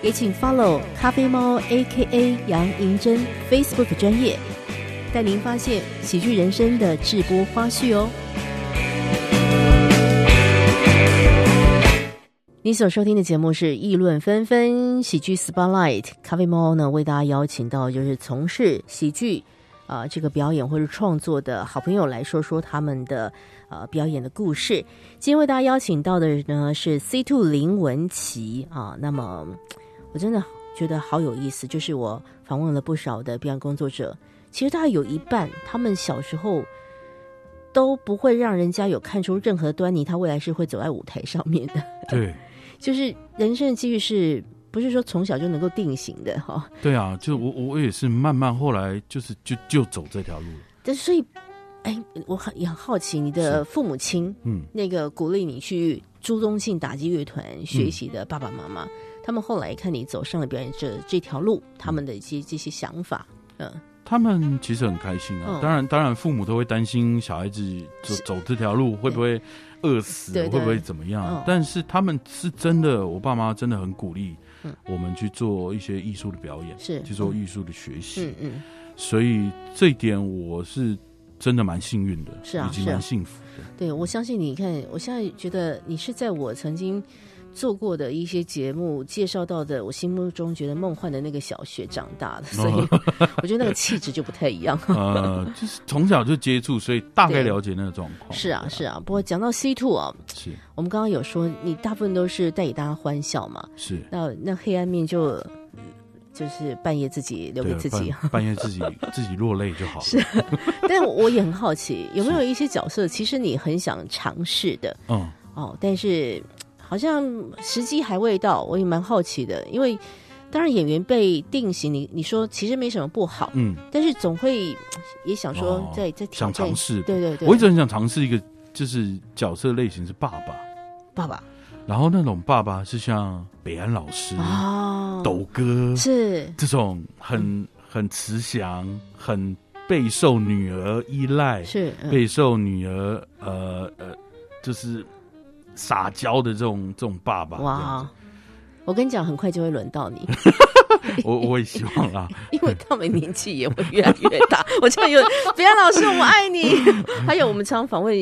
Speaker 2: 也请 follow 咖啡猫 A.K.A 杨银珍 Facebook 专业，带您发现喜剧人生的直播花絮哦。你所收听的节目是《议论纷纷》喜剧 Spotlight，咖啡猫呢为大家邀请到就是从事喜剧啊、呃这个表演或者创作的好朋友来说说他们的呃表演的故事。今天为大家邀请到的呢是 C Two 林文琪啊，那么我真的觉得好有意思，就是我访问了不少的表演工作者，其实大概有一半他们小时候。都不会让人家有看出任何端倪，他未来是会走在舞台上面的。
Speaker 1: 对
Speaker 2: 就是人生的机遇是不是说从小就能够定型的哈、
Speaker 1: 对啊，就我我也是慢慢后来就是就就走这条路了，
Speaker 2: 但所以，哎，我很也很好奇，你的父母亲
Speaker 1: 嗯。
Speaker 2: 那个鼓励你去朱宗庆打击乐团学习的爸爸妈妈，他们后来看你走上了表演这这条路，他们的一些这些想法，嗯，
Speaker 1: 他们其实很开心啊，
Speaker 2: 嗯
Speaker 1: 当然，当然，父母都会担心小孩子走走这条路会不会饿死，
Speaker 2: 对对
Speaker 1: 会不会怎么样？
Speaker 2: 嗯
Speaker 1: 但是他们是真的，我爸妈真的很鼓励
Speaker 2: 嗯
Speaker 1: 我们去做一些艺术的表演，
Speaker 2: 是
Speaker 1: 去做艺术的学习。
Speaker 2: 嗯嗯，
Speaker 1: 所以这一点我是真的蛮幸运的，
Speaker 2: 是啊
Speaker 1: 以及
Speaker 2: 是啊
Speaker 1: 蛮幸福的。
Speaker 2: 对我相信你看，我现在觉得你是在我曾经做过的一些节目介绍到的，我心目中觉得梦幻的那个小学长大的，所以我觉得那个气质就不太一样。
Speaker 1: 呃，就是从小就接触，所以大概
Speaker 2: 对
Speaker 1: 了解那个状况。
Speaker 2: 是啊，
Speaker 1: 对
Speaker 2: 是啊。不过讲到 C two 啊，
Speaker 1: 是
Speaker 2: 我们刚刚有说你大部分都是带给大家欢笑嘛，
Speaker 1: 是，
Speaker 2: 那那黑暗面就就是半夜自己留给
Speaker 1: 对
Speaker 2: 自己。啊
Speaker 1: 半半夜自己自己落泪就好了。是，
Speaker 2: 但我也很 好奇，有没有一些角色其实你很想尝试的
Speaker 1: 嗯。
Speaker 2: 哦，但是好像时机还未到，我也蛮好奇的，因为当然演员被定型，你你说其实没什么不好，
Speaker 1: 嗯，
Speaker 2: 但是总会也想说
Speaker 1: 哦
Speaker 2: 再再挑
Speaker 1: 想
Speaker 2: 战
Speaker 1: 尝，试。
Speaker 2: 对对对，
Speaker 1: 我一直很想尝试一个，就是角色类型是爸爸，
Speaker 2: 爸爸
Speaker 1: 然后那种爸爸是像北安老师、
Speaker 2: 哦，
Speaker 1: 斗哥
Speaker 2: 是
Speaker 1: 这种
Speaker 2: 嗯
Speaker 1: 很很慈祥、很备受女儿依赖、
Speaker 2: 是嗯
Speaker 1: 备受女儿呃呃，就是撒娇的这种这种爸爸。
Speaker 2: 哇。哦我跟你讲，很快就会轮到 你，
Speaker 1: 这样子，我我也希望 啦。
Speaker 2: 因为他们年纪也会越来越 大。我这样有，别安老师，我们爱你。还有我们常访问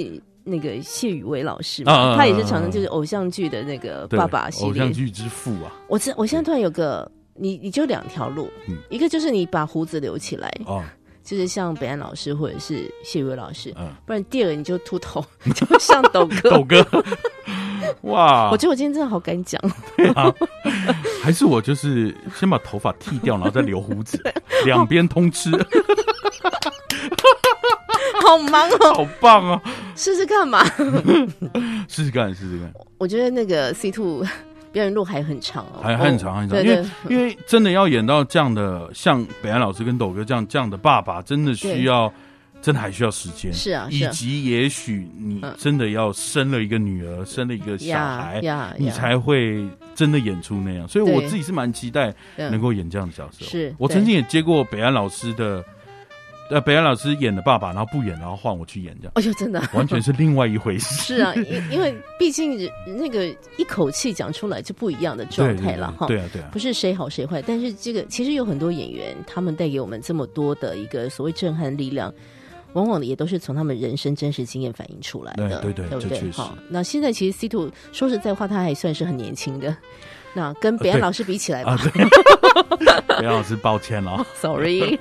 Speaker 2: 那个谢宇威老师嘛，
Speaker 1: 啊啊啊啊
Speaker 2: 他也是常常就是偶像剧的那个
Speaker 1: 对
Speaker 2: 爸爸系
Speaker 1: 偶
Speaker 2: 列
Speaker 1: 像。剧之父啊，
Speaker 2: 我这我现在突然有个，你你就两条路，
Speaker 1: 嗯
Speaker 2: 一个就是你把胡子留起来，
Speaker 1: 哦，
Speaker 2: 就是像北安老师或者是谢宇威老师，
Speaker 1: 嗯，
Speaker 2: 不然第二个你就秃头，就像斗
Speaker 1: 斗
Speaker 2: 哥。
Speaker 1: 哥，啊哇，
Speaker 2: 我觉得我今天真的好敢讲，
Speaker 1: 还是我就是先把头发剃掉，然后再留胡子，两边通 吃，
Speaker 2: 好忙哦，
Speaker 1: 好棒啊！
Speaker 2: 试试看嘛。
Speaker 1: 试试看，试试看，
Speaker 2: 我觉得那个 C two 表演路还很长哦，
Speaker 1: 还还很长，还很长，
Speaker 2: 对
Speaker 1: 因
Speaker 2: 对
Speaker 1: 为因为真的要演到这样的，像北安老师跟斗哥这样这样的爸爸，真的需要，真的还需要时间，
Speaker 2: 是啊是
Speaker 1: 以
Speaker 2: 啊
Speaker 1: 及也许你
Speaker 2: 嗯
Speaker 1: 真的要生了一个女儿，生了一个小
Speaker 2: 呀
Speaker 1: 孩，
Speaker 2: 呀，
Speaker 1: 你
Speaker 2: 呀
Speaker 1: 才会真的演出那样。所以
Speaker 2: 对
Speaker 1: 我自己是蛮期待
Speaker 2: 嗯
Speaker 1: 能够演这样的角色。
Speaker 2: 是
Speaker 1: 我
Speaker 2: 对
Speaker 1: 曾经也接过北安老师的，呃，北安老师演的爸爸，然后不演，然后换我去演，这样
Speaker 2: 哎呦，真的
Speaker 1: 完全是另外一回事。
Speaker 2: 是啊，因因为毕竟人那个一口气讲出来就不一样的状
Speaker 1: 对对
Speaker 2: 态了哈。
Speaker 1: 对对啊，对啊
Speaker 2: 不，是谁好谁坏，但是这个其实有很多演员，他们带给我们这么多的一个所谓震撼力量，往往也都是从他们人生真实经验反映出来的，
Speaker 1: 对对对
Speaker 2: 不
Speaker 1: 这
Speaker 2: 对？
Speaker 1: 确实
Speaker 2: 好，那现在其实 C two 说实在话，他还算是很年轻的，那跟北
Speaker 1: 呃对
Speaker 2: 安老师比起 来吧、
Speaker 1: 啊，对， 北安老师，抱歉了。
Speaker 2: s o r r y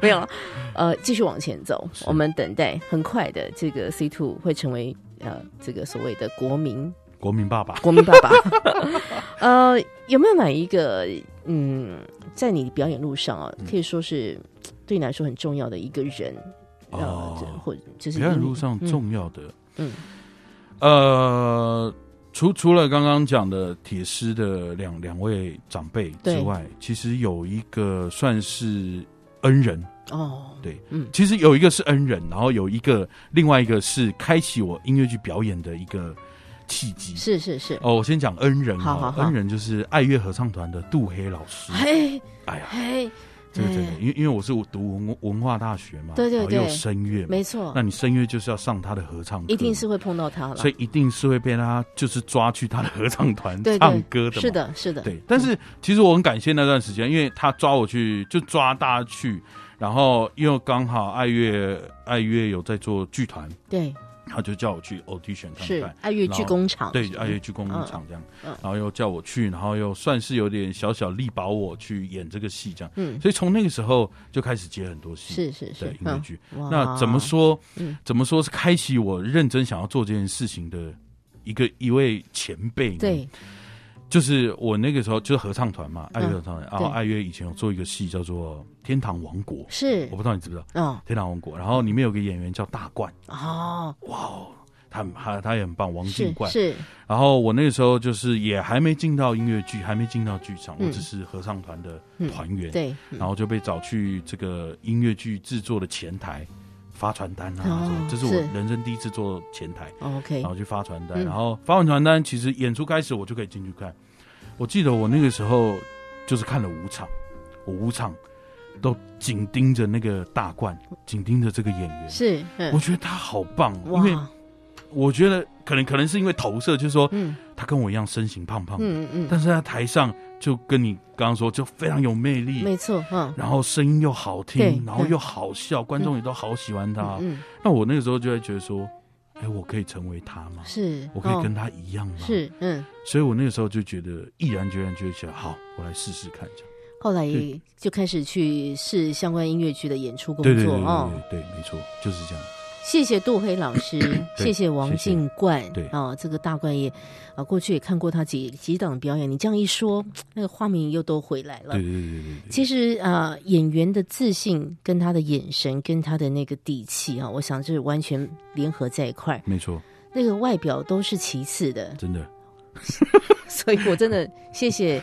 Speaker 2: 没有了。呃，继续往前走，
Speaker 1: 是
Speaker 2: 我们等待很快的这个 C two 会成为呃这个所谓的国民
Speaker 1: 国民爸爸，
Speaker 2: 国 民爸爸。呃，有没有哪一个嗯，在你表演路上
Speaker 1: 嗯
Speaker 2: 啊，可以说是嘖对你来说很重要的一个人？
Speaker 1: 哦
Speaker 2: 呃这或就是
Speaker 1: 表演
Speaker 2: 你
Speaker 1: 路上
Speaker 2: 嗯
Speaker 1: 重要的，
Speaker 2: 嗯
Speaker 1: 呃，除除了刚刚讲的铁狮的两两位长辈之
Speaker 2: 对
Speaker 1: 外，其实有一个算是恩人，
Speaker 2: 哦，
Speaker 1: 对，
Speaker 2: 嗯
Speaker 1: 其实有一个是恩人，然后有一个另外一个是开启我音乐剧表演的一个契机。
Speaker 2: 是是是，
Speaker 1: 哦，我先讲恩人
Speaker 2: 好
Speaker 1: 了
Speaker 2: 好好
Speaker 1: 恩人就是爱乐合唱团的杜黑老师。
Speaker 2: 嘿
Speaker 1: 哎呀，
Speaker 2: 嘿，
Speaker 1: 这个真的，
Speaker 2: 哎
Speaker 1: 因为因为我是读文文化大学嘛，
Speaker 2: 对对
Speaker 1: 然后又
Speaker 2: 对
Speaker 1: 有声乐嘛，
Speaker 2: 没错
Speaker 1: 那，你声乐就是要上他的合唱课嘛，
Speaker 2: 一定是会碰到他了。
Speaker 1: 所以一定是会被他就是抓去他的合唱团
Speaker 2: 对对
Speaker 1: 唱歌的嘛
Speaker 2: 是，的，是的，
Speaker 1: 对。但是其实我很感谢那段时间，因为他抓我去，就抓大家去，然后因为刚好爱乐爱乐有在做剧团，
Speaker 2: 对，
Speaker 1: 他就叫我去 audition 看
Speaker 2: 是
Speaker 1: 看。
Speaker 2: 爱乐剧
Speaker 1: 然后
Speaker 2: 工厂，
Speaker 1: 对，啊爱乐剧工厂这样，
Speaker 2: 嗯
Speaker 1: 然后又叫我去，然后又算是有点小小力保我去演这个戏这样，
Speaker 2: 嗯，
Speaker 1: 所以从那个时候就开始接很多戏，
Speaker 2: 是是是
Speaker 1: 对，音乐剧。
Speaker 2: 嗯哇
Speaker 1: 那怎么说
Speaker 2: 嗯？
Speaker 1: 怎么说是开启我认真想要做这件事情的一个一位前辈呢？
Speaker 2: 对，
Speaker 1: 就是我那个时候就是合唱团嘛，爱乐合唱团，然后
Speaker 2: 嗯对
Speaker 1: 爱乐以前有做一个戏叫做《天堂王国》，
Speaker 2: 是
Speaker 1: 我不知道你知不知道
Speaker 2: 哦
Speaker 1: 《天堂王国》，然后里面有个演员叫大冠，
Speaker 2: 哦，
Speaker 1: 他他他也很棒，王
Speaker 2: 是
Speaker 1: 俊冠。
Speaker 2: 是
Speaker 1: 然后我那个时候就是也还没进到音乐剧，还没进到剧场，
Speaker 2: 嗯
Speaker 1: 我只是合唱团的团员，
Speaker 2: 对，嗯
Speaker 1: 然后就被找去这个音乐剧制作的前台发传单啊，
Speaker 2: 哦
Speaker 1: 什么这是我
Speaker 2: 是
Speaker 1: 人生第一次做前台。
Speaker 2: 哦 OK，
Speaker 1: 然后去发传单，
Speaker 2: 嗯
Speaker 1: 然后发完传单，其实演出开始我就可以进去看。我记得我那个时候就是看了五场，我五场都紧盯着那个大冠，紧盯着这个演员，
Speaker 2: 是，嗯
Speaker 1: 我觉得他好棒哦，因为
Speaker 2: 哇，
Speaker 1: 我觉得可能可能是因为投射，就是说
Speaker 2: 嗯
Speaker 1: 他跟我一样身形胖胖的，
Speaker 2: 嗯嗯嗯，
Speaker 1: 但是在台上就跟你刚刚说，就非常有魅力，
Speaker 2: 没错，嗯
Speaker 1: 然后声音又好
Speaker 2: 对
Speaker 1: 听，然后又好笑，观众也都好喜欢他。
Speaker 2: 嗯，
Speaker 1: 那我那个时候就会觉得说，哎，我可以成为他吗
Speaker 2: 嗯？是，
Speaker 1: 我可以跟
Speaker 2: 哦
Speaker 1: 他一样吗？，
Speaker 2: 是，嗯，
Speaker 1: 所以我那个时候就觉得毅然决然就会想，好，我来试试看。这样
Speaker 2: 后来
Speaker 1: 对
Speaker 2: 就开始去试相关音乐剧的演出工
Speaker 1: 对对
Speaker 2: 作
Speaker 1: 对对
Speaker 2: 哦。
Speaker 1: 对对，没错，就是这样。
Speaker 2: 谢谢杜黑老师，
Speaker 1: 对
Speaker 2: 谢谢王静冠，
Speaker 1: 对
Speaker 2: 啊，这个大冠也啊，过去也看过他几几档表演，你这样一说，那个画面又都回来了
Speaker 1: 对。对对对对对，
Speaker 2: 其实啊、呃演员的自信跟他的眼神跟他的那个底气啊，我想这是完全联合在一块儿。
Speaker 1: 没错，
Speaker 2: 那个外表都是其次的，
Speaker 1: 真的。
Speaker 2: 所以我真的谢谢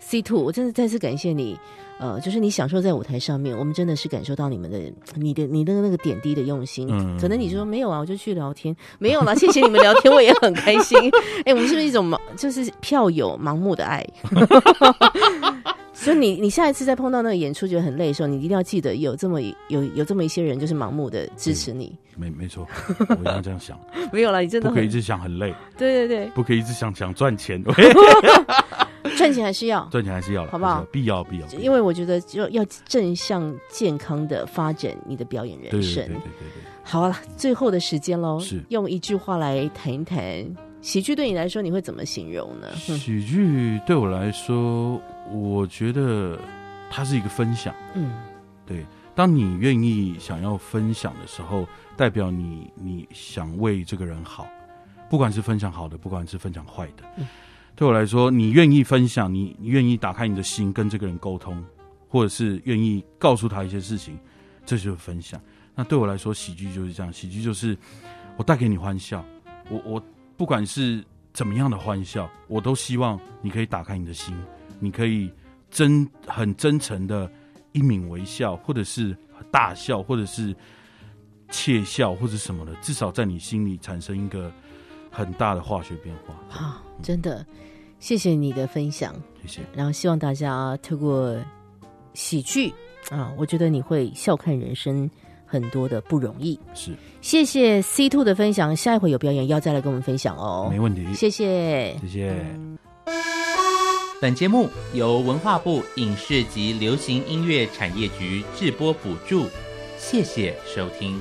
Speaker 2: C Two，我真的再次感谢你。呃，就是你享受在舞台上面，我们真的是感受到你们的、你的、你的那个点滴的用心。
Speaker 1: 嗯
Speaker 2: 可能你说没有啊，我就去聊天，没有啦，谢谢你们聊天，我也很开心。哎、我们是不是一种盲，就是票友盲目的爱？ 所以你你下一次再碰到那个演出觉得很累的时候，你一定要记得有这么一有有这么一些人就是盲目的支持你。
Speaker 1: 没没错，我一定要这样想，
Speaker 2: 没有啦，你真
Speaker 1: 嗯
Speaker 2: 的
Speaker 1: 不可以一
Speaker 2: 很
Speaker 1: 直想很累，
Speaker 2: 对对对，
Speaker 1: 不可以一直想想赚钱，
Speaker 2: 赚钱还是要。
Speaker 1: 赚钱还是要了，
Speaker 2: 好不好
Speaker 1: 还是要？必要必要，必要
Speaker 2: 因为我觉得就要正向健康的发展你的表演
Speaker 1: 对
Speaker 2: 人
Speaker 1: 对对
Speaker 2: 生。
Speaker 1: 对对对，
Speaker 2: 好啊，最后的时间喽
Speaker 1: 是，
Speaker 2: 用一句话来谈一谈喜剧对你来说你会怎么形容呢？嗯
Speaker 1: 喜剧对我来说，我觉得它是一个分享。
Speaker 2: 嗯，
Speaker 1: 对，当你愿意想要分享的时候，代表你你想为这个人好，不管是分享好的，不管是分享坏的。
Speaker 2: 嗯
Speaker 1: 对我来说，你愿意分享，你你愿意打开你的心跟这个人沟通，或者是愿意告诉他一些事情，这就是分享。那对我来说，喜剧就是这样，喜剧就是我带给你欢笑，我我不管是怎么样的欢笑，我都希望你可以打开你的心，你可以真很真诚的一抿微笑，或者是大笑，或者是窃笑，或者什么的，至少在你心里产生一个很大的化学变化。
Speaker 2: 好，
Speaker 1: 嗯
Speaker 2: 真的，谢谢你的分享，
Speaker 1: 谢谢，
Speaker 2: 然后希望大家透过喜剧啊，我觉得你会笑看人生很多的不容易。
Speaker 1: 是
Speaker 2: 谢谢 C Two 的分享，下一回有表演要再来跟我们分享哦
Speaker 1: 没。问题，
Speaker 2: 谢谢。
Speaker 1: 谢谢。
Speaker 3: 本节目由文化部影视及流行音乐产业局制播补助，谢谢收听。